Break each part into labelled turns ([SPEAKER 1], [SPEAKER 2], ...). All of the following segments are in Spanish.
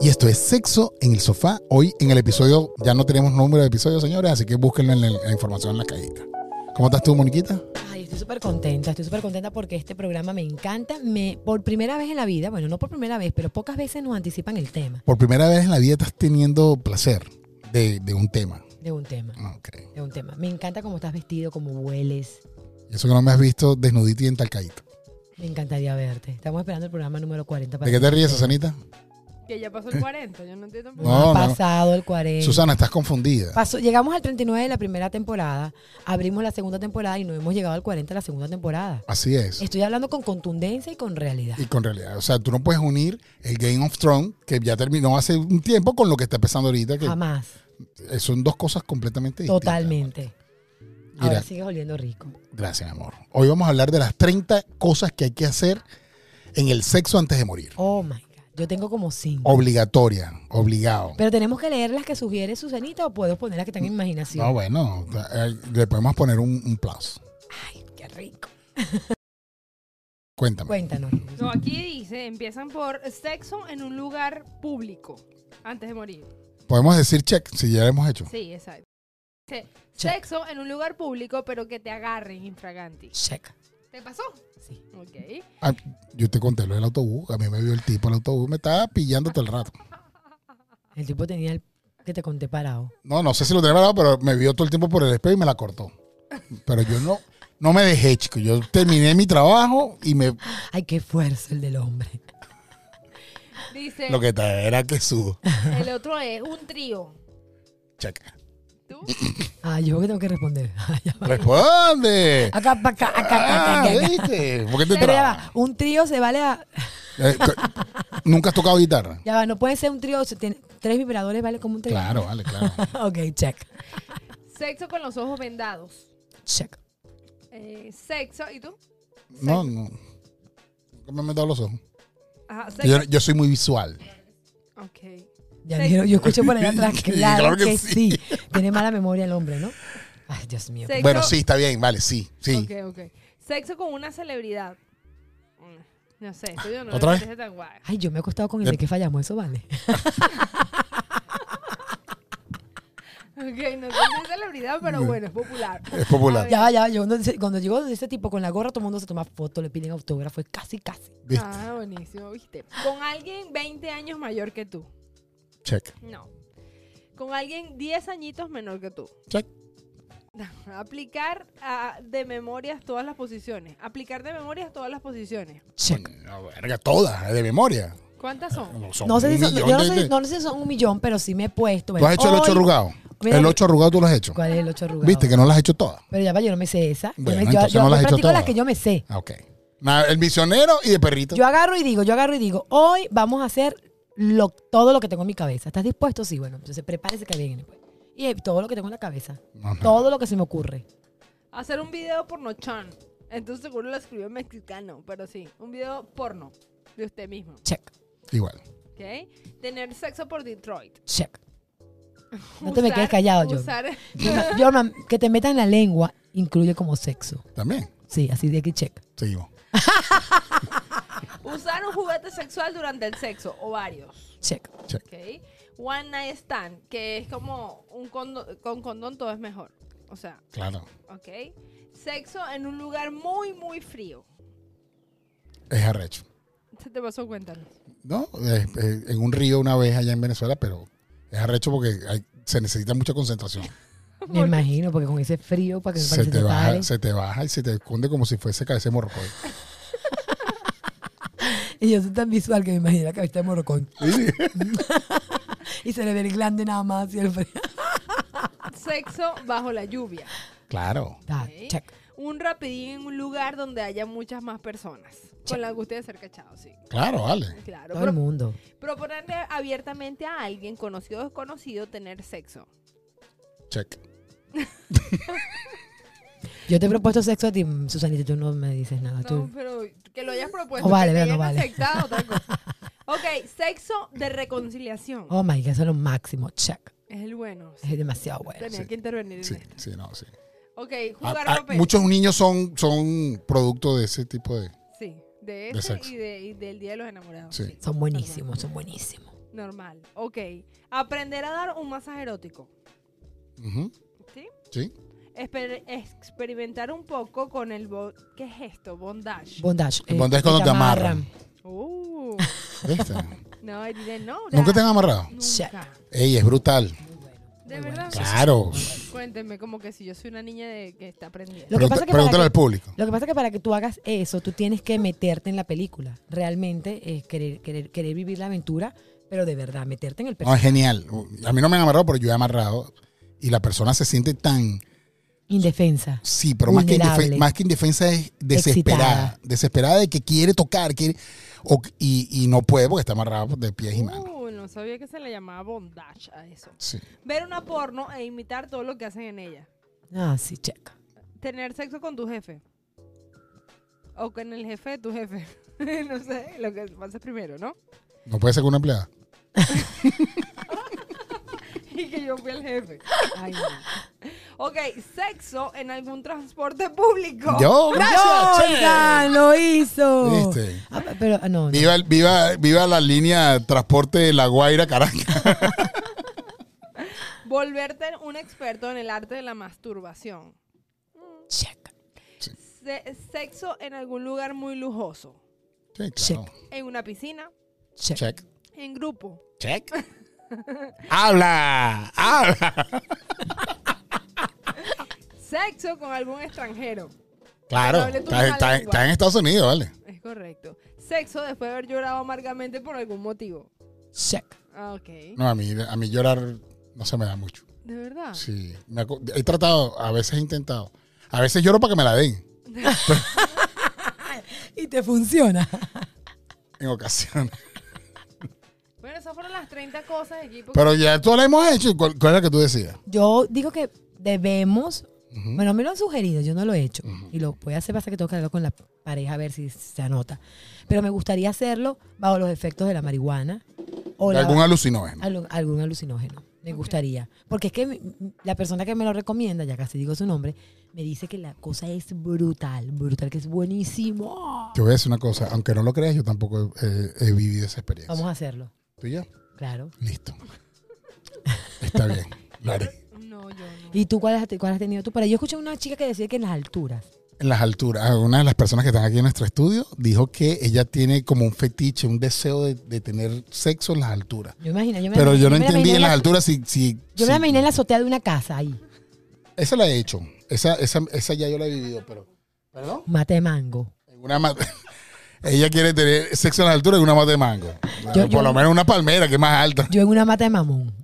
[SPEAKER 1] Y esto es Sexo en el Sofá. Hoy en el episodio, ya no tenemos número de episodios, señores, así que búsquenlo en la, en la información en la cajita. ¿Cómo estás tú, Moniquita?
[SPEAKER 2] Ay, estoy súper contenta, estoy súper contenta porque este programa me encanta. Me, por primera vez en la vida, bueno, no por primera vez, pero pocas veces nos anticipan el tema
[SPEAKER 1] Por primera vez en la vida estás teniendo placer de, de un tema.
[SPEAKER 2] de un tema.
[SPEAKER 1] Ok.
[SPEAKER 2] De un tema. Me encanta cómo estás vestido, cómo hueles.
[SPEAKER 1] Y Eso que no me has visto desnudito y entalcadito.
[SPEAKER 2] Me encantaría verte. Estamos esperando el programa número 40 para
[SPEAKER 1] ¿De qué te ríes, Susanita?
[SPEAKER 3] Que ya pasó el 40, yo no entiendo. por
[SPEAKER 1] No,
[SPEAKER 3] qué.
[SPEAKER 2] No, ha pasado el 40.
[SPEAKER 1] Susana, estás confundida.
[SPEAKER 2] Pasó- llegamos al 39 de la primera temporada, abrimos la segunda temporada y no hemos llegado al 40 de la segunda temporada.
[SPEAKER 1] Así es.
[SPEAKER 2] Estoy hablando con contundencia y con realidad.
[SPEAKER 1] Y con realidad. O sea, tú no puedes unir el Game of Thrones, que ya terminó hace un tiempo, con lo que está empezando ahorita, que
[SPEAKER 2] Jamás.
[SPEAKER 1] son dos cosas completamente distintas.
[SPEAKER 2] Totalmente.
[SPEAKER 1] Mira.
[SPEAKER 2] Ahora sigues oliendo rico.
[SPEAKER 1] Gracias, mi amor. Hoy vamos a hablar de las 30 cosas que hay que hacer en el sexo antes de morir.
[SPEAKER 2] Oh my God. Yo tengo como cinco.
[SPEAKER 1] Oh. Obligatoria, obligado.
[SPEAKER 2] Pero tenemos que leer las que sugiere Susanita o puedo poner las que están en imaginación.
[SPEAKER 1] No, bueno, eh, le podemos poner un, un plus.
[SPEAKER 2] Ay, qué rico.
[SPEAKER 1] Cuéntame.
[SPEAKER 2] Cuéntanos. Luz.
[SPEAKER 3] No, aquí dice, empiezan por sexo en un lugar público, antes de morir.
[SPEAKER 1] Podemos decir check si ya lo hemos hecho.
[SPEAKER 3] Sí, exacto. Dice,
[SPEAKER 2] Check.
[SPEAKER 3] sexo en un lugar público, pero que te agarren infraganti.
[SPEAKER 2] Check.
[SPEAKER 3] ¿Te pasó?
[SPEAKER 2] Sí.
[SPEAKER 3] Ok.
[SPEAKER 1] Ah, yo te conté lo del autobús. A mí me vio el tipo el autobús. Me estaba pillando todo el rato.
[SPEAKER 2] El tipo tenía el que te conté parado.
[SPEAKER 1] No, no sé si lo tenía grabado, pero me vio todo el tiempo por el espejo y me la cortó. Pero yo no, no me dejé, chico. Yo terminé mi trabajo y me.
[SPEAKER 2] Ay, qué fuerza el del hombre.
[SPEAKER 3] Dice,
[SPEAKER 1] Lo que estaba era que sudo.
[SPEAKER 3] el otro es un trío.
[SPEAKER 1] Check.
[SPEAKER 3] ¿Tú?
[SPEAKER 2] Ay, yo que tengo que responder. Ay, ya va.
[SPEAKER 1] ¡Responde!
[SPEAKER 2] acá, pa' acá, acá, acá,
[SPEAKER 1] Ah,
[SPEAKER 2] acá, acá.
[SPEAKER 1] ¿viste? ¿Por qué te
[SPEAKER 2] Pero ya
[SPEAKER 1] trabas?
[SPEAKER 2] va, un trío se vale a...
[SPEAKER 1] Eh, co- ¿Nunca has tocado guitarra?
[SPEAKER 2] Ya va, no puede ser un trío. se tiene- Tres vibradores vale como un trío.
[SPEAKER 1] Claro, vale, claro.
[SPEAKER 2] ok, check.
[SPEAKER 3] Sexo con los ojos vendados.
[SPEAKER 2] Check.
[SPEAKER 3] Eh, sexo, ¿y tú?
[SPEAKER 1] No, no. Nunca me he metido los ojos.
[SPEAKER 3] Ajá, sexo.
[SPEAKER 1] Yo, yo soy muy visual.
[SPEAKER 3] Ok.
[SPEAKER 2] Ya
[SPEAKER 3] Sex-
[SPEAKER 2] vieron, yo escuché por allá atrás.
[SPEAKER 1] Sí,
[SPEAKER 2] Claro,
[SPEAKER 1] claro que
[SPEAKER 2] que,
[SPEAKER 1] sí.
[SPEAKER 2] sí. Tiene mala memoria el hombre, ¿no? Ay, Dios mío.
[SPEAKER 3] Sex- Sexo-
[SPEAKER 1] Bueno, sí, está bien, vale, sí, sí.
[SPEAKER 3] Ok, ok. Sexo con una celebridad. Mm, No sé, esto yo no
[SPEAKER 1] ¿Otra
[SPEAKER 3] me
[SPEAKER 1] vez?
[SPEAKER 3] parece tan guay.
[SPEAKER 2] Ay, yo me he acostado con el de que fallamos, eso vale.
[SPEAKER 3] Ok, no sé si es celebridad, pero bueno, es popular.
[SPEAKER 1] Es popular.
[SPEAKER 2] Ya, va, ya, va, yo cuando, dice- cuando llegó ese tipo con la gorra, todo el mundo se toma foto, le piden autógrafo, es casi, casi.
[SPEAKER 1] ¿Viste?
[SPEAKER 3] Ah, buenísimo, ¿viste? Con alguien 20 años mayor que tú.
[SPEAKER 1] Check.
[SPEAKER 3] No. Con alguien 10 añitos menor que tú.
[SPEAKER 1] Check.
[SPEAKER 3] Aplicar ah, de memorias todas las posiciones. Aplicar de memorias todas las posiciones.
[SPEAKER 2] Check.
[SPEAKER 1] No, verga, todas, de memoria.
[SPEAKER 3] ¿Cuántas son?
[SPEAKER 1] No, son
[SPEAKER 2] No sé,
[SPEAKER 1] un
[SPEAKER 2] si son, yo
[SPEAKER 1] millón
[SPEAKER 2] no,
[SPEAKER 1] de-
[SPEAKER 2] sé,
[SPEAKER 1] de-
[SPEAKER 2] no sé si son un millón, pero sí me he puesto.
[SPEAKER 1] ¿Tú has hecho el ocho
[SPEAKER 2] arrugado?
[SPEAKER 1] arrugado?
[SPEAKER 2] mira,
[SPEAKER 1] el
[SPEAKER 2] yo-
[SPEAKER 1] ocho arrugado tú lo has hecho.
[SPEAKER 2] ¿Cuál es el ocho arrugado?
[SPEAKER 1] ¿Viste que no lo has hecho todas?
[SPEAKER 2] Pero ya va, yo no me sé esa. Yo
[SPEAKER 1] Bueno,
[SPEAKER 2] me- yo
[SPEAKER 1] entonces
[SPEAKER 2] yo-
[SPEAKER 1] no
[SPEAKER 2] yo
[SPEAKER 1] las has hecho
[SPEAKER 2] practico
[SPEAKER 1] todas.
[SPEAKER 2] las que yo me sé.
[SPEAKER 1] Ah, Ok. Nada, el misionero y de perrito.
[SPEAKER 2] Yo agarro y digo, yo agarro y digo, hoy vamos a hacer lo, todo lo que tengo en mi cabeza. ¿Estás dispuesto? Sí, bueno, entonces prepárese que viene. pues. Y eh, todo lo que tengo en la cabeza.
[SPEAKER 1] No, no.
[SPEAKER 2] Todo lo que se me ocurre.
[SPEAKER 3] Hacer un video pornochón. Entonces seguro lo escribió en mexicano, pero sí. Un video porno de usted mismo.
[SPEAKER 2] Check,
[SPEAKER 1] Igual.
[SPEAKER 3] ¿Ok? Tener sexo por Detroit.
[SPEAKER 2] check. No te me
[SPEAKER 3] Usar-
[SPEAKER 2] quedes callado, yo.
[SPEAKER 3] usar-
[SPEAKER 2] Yo- yo, mam, que te metan la lengua incluye como sexo.
[SPEAKER 1] También.
[SPEAKER 2] Sí, así de que check.
[SPEAKER 1] Seguimos.
[SPEAKER 3] usar un juguete sexual durante el sexo o varios.
[SPEAKER 2] Check.
[SPEAKER 1] Check.
[SPEAKER 3] Ok. One night stand, que es como un condo- con condón todo es mejor. O sea,
[SPEAKER 1] Claro.
[SPEAKER 3] ok. Sexo en un lugar muy, muy frío.
[SPEAKER 1] Es arrecho.
[SPEAKER 3] ¿Se te pasó? Cuéntanos.
[SPEAKER 1] ¿no? Eh, eh, en un río una vez allá en Venezuela, pero es arrecho porque hay- se necesita mucha concentración.
[SPEAKER 2] Me imagino, porque con ese frío para que ¿eh? para
[SPEAKER 1] Se
[SPEAKER 2] que
[SPEAKER 1] te baja,
[SPEAKER 2] pare.
[SPEAKER 1] se te baja y se te esconde como si fuese cabeza de morrocoy.
[SPEAKER 2] Y yo soy tan visual que me imagino la cabeza de morocón. y se le ve el glande nada más y el frío.
[SPEAKER 3] Sexo bajo la lluvia.
[SPEAKER 1] Claro.
[SPEAKER 2] Ah,
[SPEAKER 3] Ok.
[SPEAKER 2] check.
[SPEAKER 3] Un rapidín en un lugar donde haya muchas más personas. Con la angustia de ser cachado, sí.
[SPEAKER 1] Claro, vale.
[SPEAKER 3] Claro.
[SPEAKER 2] Todo el
[SPEAKER 3] Pro-
[SPEAKER 2] mundo.
[SPEAKER 3] proponerle abiertamente a alguien, conocido o desconocido, tener sexo.
[SPEAKER 1] Check.
[SPEAKER 2] Yo te he propuesto sexo a ti, Susanita, tú no me dices nada.
[SPEAKER 3] No,
[SPEAKER 2] Ah, Tú.
[SPEAKER 3] pero que lo hayas propuesto.
[SPEAKER 2] No vale,
[SPEAKER 3] que
[SPEAKER 2] no
[SPEAKER 3] te hayan
[SPEAKER 2] vale.
[SPEAKER 3] aceptado, otra cosa. Ok, sexo de reconciliación.
[SPEAKER 2] Oh my God, eso es lo máximo. Check.
[SPEAKER 3] Es el bueno. sí.
[SPEAKER 2] Es demasiado bueno.
[SPEAKER 3] Tenía
[SPEAKER 1] sí.
[SPEAKER 3] que intervenir
[SPEAKER 1] Sí,
[SPEAKER 3] en esto.
[SPEAKER 1] sí, no, sí.
[SPEAKER 3] Ok,
[SPEAKER 1] Ah,
[SPEAKER 3] jugar
[SPEAKER 1] ah,
[SPEAKER 3] papel.
[SPEAKER 1] muchos niños son, son producto de ese tipo de.
[SPEAKER 3] Sí, de
[SPEAKER 1] de
[SPEAKER 3] ese
[SPEAKER 1] sexo.
[SPEAKER 3] y, de, y del Día de los Enamorados.
[SPEAKER 1] Sí.
[SPEAKER 3] sí.
[SPEAKER 2] Son buenísimos, son buenísimos.
[SPEAKER 3] Normal. Ok. Aprender a dar un masaje erótico.
[SPEAKER 1] Ujú,
[SPEAKER 3] ¿Sí?
[SPEAKER 1] Sí.
[SPEAKER 3] Esper- experimentar un poco con el... bo- ¿Qué es esto? Bondage.
[SPEAKER 2] Bondage. eh,
[SPEAKER 1] El bondage cuando te amarran.
[SPEAKER 3] Uh,
[SPEAKER 1] ¿Viste?
[SPEAKER 3] no, I didn't know that.
[SPEAKER 1] ¿Nunca te han amarrado?
[SPEAKER 3] Nunca.
[SPEAKER 1] Ey, es brutal.
[SPEAKER 3] De verdad.
[SPEAKER 1] Claro.
[SPEAKER 3] Cuénteme, como que si yo soy una niña de que está aprendiendo.
[SPEAKER 2] Lo que pasa
[SPEAKER 1] Pregunta-
[SPEAKER 2] es que para
[SPEAKER 1] Pregúntale
[SPEAKER 2] que-
[SPEAKER 1] al público.
[SPEAKER 2] Lo que pasa es que para que tú hagas eso, tú tienes que meterte en la película. Realmente es querer, querer, querer vivir la aventura, pero de verdad, meterte en
[SPEAKER 1] No,
[SPEAKER 2] el
[SPEAKER 1] es
[SPEAKER 2] personaje.
[SPEAKER 1] genial. A mí no me han amarrado, pero yo he amarrado. Y la persona se siente tan.
[SPEAKER 2] Indefensa.
[SPEAKER 1] Sí, pero más que,
[SPEAKER 2] Vulnerable.
[SPEAKER 1] indefe- más que indefensa es desesperada.
[SPEAKER 2] Excitada.
[SPEAKER 1] Desesperada de que quiere tocar quiere, o- y, y no puede porque está amarrado de pies y manos.
[SPEAKER 3] Uh, no sabía que se le llamaba bondage a eso.
[SPEAKER 1] Sí.
[SPEAKER 3] Ver una porno e imitar todo lo que hacen en ella.
[SPEAKER 2] Ah, sí, checa.
[SPEAKER 3] Tener sexo con tu jefe. O con el jefe de tu jefe. no sé, lo que pasa primero, ¿no?
[SPEAKER 1] No puede ser con una empleada.
[SPEAKER 3] Y que yo fui el jefe. Ay, no. Ok, sexo en algún transporte público.
[SPEAKER 1] Yo,
[SPEAKER 2] ¡Jordan, Ah, lo hizo!
[SPEAKER 1] Ah, ¿Viste?
[SPEAKER 2] Ah, pero ah, no, no.
[SPEAKER 1] Viva, el- viva, viva la línea de transporte de La Guaira, Caracas.
[SPEAKER 3] Volverte un experto en el arte de la masturbación.
[SPEAKER 2] Checa.
[SPEAKER 3] Se- sexo en algún lugar muy lujoso.
[SPEAKER 1] Sí, claro.
[SPEAKER 3] En una piscina,
[SPEAKER 2] Checa.
[SPEAKER 1] Check.
[SPEAKER 3] en grupo.
[SPEAKER 1] Check. ¡Habla! ¡Habla!
[SPEAKER 3] Sexo con algún extranjero.
[SPEAKER 1] Claro,
[SPEAKER 3] Hable tú
[SPEAKER 1] está,
[SPEAKER 3] una
[SPEAKER 1] está-
[SPEAKER 3] lengua.
[SPEAKER 1] está en Estados Unidos, ¿vale?
[SPEAKER 3] Es correcto. Sexo después de haber llorado amargamente por algún motivo.
[SPEAKER 2] Checa.
[SPEAKER 3] Ah, ok.
[SPEAKER 1] No, a mí, a mí llorar no se me da mucho.
[SPEAKER 3] ¿De verdad?
[SPEAKER 1] Sí, me acu- he tratado, a veces he intentado. A veces lloro para que me la den,
[SPEAKER 2] Y te funciona.
[SPEAKER 1] en ocasiones.
[SPEAKER 3] Bueno, esas fueron las 30 cosas de equipo.
[SPEAKER 1] Pero ya tú la hemos hecho. ¿Cuál, cuál es la que tú decías?
[SPEAKER 2] Yo digo que debemos.
[SPEAKER 1] Ujú.
[SPEAKER 2] Bueno, me lo han sugerido, yo no lo he hecho. Y lo voy a hacer, pasa que tengo que hablar con la pareja a ver si se anota. Pero me gustaría hacerlo bajo los efectos de la marihuana o
[SPEAKER 1] De
[SPEAKER 2] la-
[SPEAKER 1] algún alucinógeno.
[SPEAKER 2] alu- algún alucinógeno. Me gustaría. Porque es que mi- la persona que me lo recomienda, ya casi digo su nombre, me dice que la cosa es brutal, brutal, que es buenísimo.
[SPEAKER 1] Te voy a decir una cosa, aunque no lo creas, yo tampoco eh, he vivido esa experiencia.
[SPEAKER 2] Vamos a hacerlo,
[SPEAKER 1] ¿Tú y yo?
[SPEAKER 2] claro.
[SPEAKER 1] Listo. Está bien, lo haré.
[SPEAKER 3] No, yo no.
[SPEAKER 2] ¿Y tú cuál has, cuál has tenido tú? Para yo escuché una chica que decía que en las alturas.
[SPEAKER 1] En las alturas, ah, una de las personas que están aquí en nuestro estudio dijo que ella tiene como un fetiche, un deseo de, de tener sexo en las alturas.
[SPEAKER 2] Yo me imagino, yo me
[SPEAKER 1] Pero yo no
[SPEAKER 2] me la
[SPEAKER 1] entendí
[SPEAKER 2] imaginé
[SPEAKER 1] en
[SPEAKER 2] la-
[SPEAKER 1] las alturas si... si
[SPEAKER 2] Yo
[SPEAKER 1] si-
[SPEAKER 2] me la imaginé en la azotea de una casa ahí.
[SPEAKER 1] Esa la he hecho. Esa, esa, esa ya yo la he vivido, pero... ¿Perdón?
[SPEAKER 2] Mate de mango.
[SPEAKER 1] En una ma- Ella quiere tener sexo en las alturas en una mata de mango.
[SPEAKER 2] Yo-
[SPEAKER 1] por
[SPEAKER 2] yo-
[SPEAKER 1] lo menos una palmera que es más alta.
[SPEAKER 2] Yo en una mata de mamón.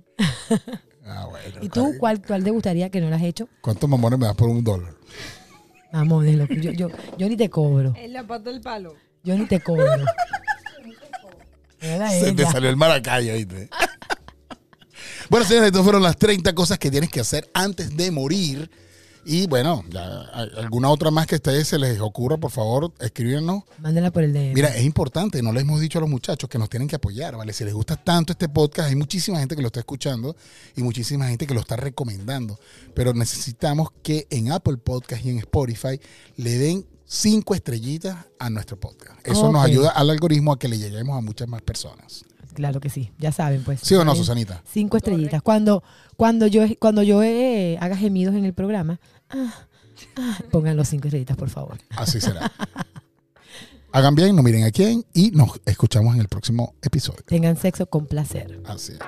[SPEAKER 1] Ah, bueno,
[SPEAKER 2] ¿Y
[SPEAKER 1] está
[SPEAKER 2] tú
[SPEAKER 1] bien.
[SPEAKER 2] cuál, cuál te gustaría que no las has hecho?
[SPEAKER 1] ¿Cuántos mamones me das por un dólar?
[SPEAKER 2] Mamón, es lo que yo, yo, yo ni te cobro.
[SPEAKER 3] En la pata del palo.
[SPEAKER 2] Yo ni te cobro. Era
[SPEAKER 1] Se te
[SPEAKER 2] ella.
[SPEAKER 1] salió el maracayo, ¿viste? bueno, señores, estas fueron las 30 cosas que tienes que hacer antes de morir. Y bueno, ya, a- alguna otra más que a ustedes se les ocurra, por favor, escríbenos.
[SPEAKER 2] Mándala por el DM.
[SPEAKER 1] Mira, es importante, no les hemos dicho a los muchachos que nos tienen que apoyar, ¿vale? Si les gusta tanto este podcast, hay muchísima gente que lo está escuchando y muchísima gente que lo está recomendando. Pero necesitamos que en Apple Podcast y en Spotify le den cinco estrellitas a nuestro podcast. Eso nos
[SPEAKER 2] Ok.
[SPEAKER 1] ayuda al algoritmo a que le lleguemos a muchas más personas.
[SPEAKER 2] Claro que sí, ya saben pues.
[SPEAKER 1] ¿Sí o no,
[SPEAKER 2] Ahí,
[SPEAKER 1] Susanita?
[SPEAKER 2] Cinco estrellitas. Cuando, cuando yo, cuando yo eh, haga gemidos en el programa, ah, ah, pongan los cinco estrellitas, por favor.
[SPEAKER 1] Así será. Hagan bien, no miren a quién y nos escuchamos en el próximo episodio.
[SPEAKER 2] Tengan sexo con placer.
[SPEAKER 1] Así es.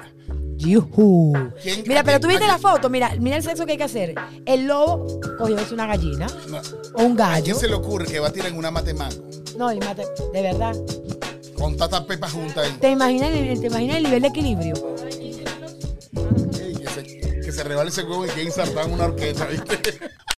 [SPEAKER 2] Yujú.
[SPEAKER 1] ¿Quién-
[SPEAKER 2] Mira, pero tú viste
[SPEAKER 1] a
[SPEAKER 2] la foto, mira, mira el sexo que hay que hacer. El lobo cogió es una gallina
[SPEAKER 1] No.
[SPEAKER 2] o un
[SPEAKER 1] ¿A
[SPEAKER 2] gallo.
[SPEAKER 1] quién se le ocurre que va a tirar en una mate mango
[SPEAKER 2] No, y mate, de verdad.
[SPEAKER 1] con tata pepa junta ahí?
[SPEAKER 2] ¿Te imaginas, el- te imaginas el nivel de equilibrio?
[SPEAKER 1] Ey, que se, que se rebale ese huevo y que ensartan una orquesta, ¿viste?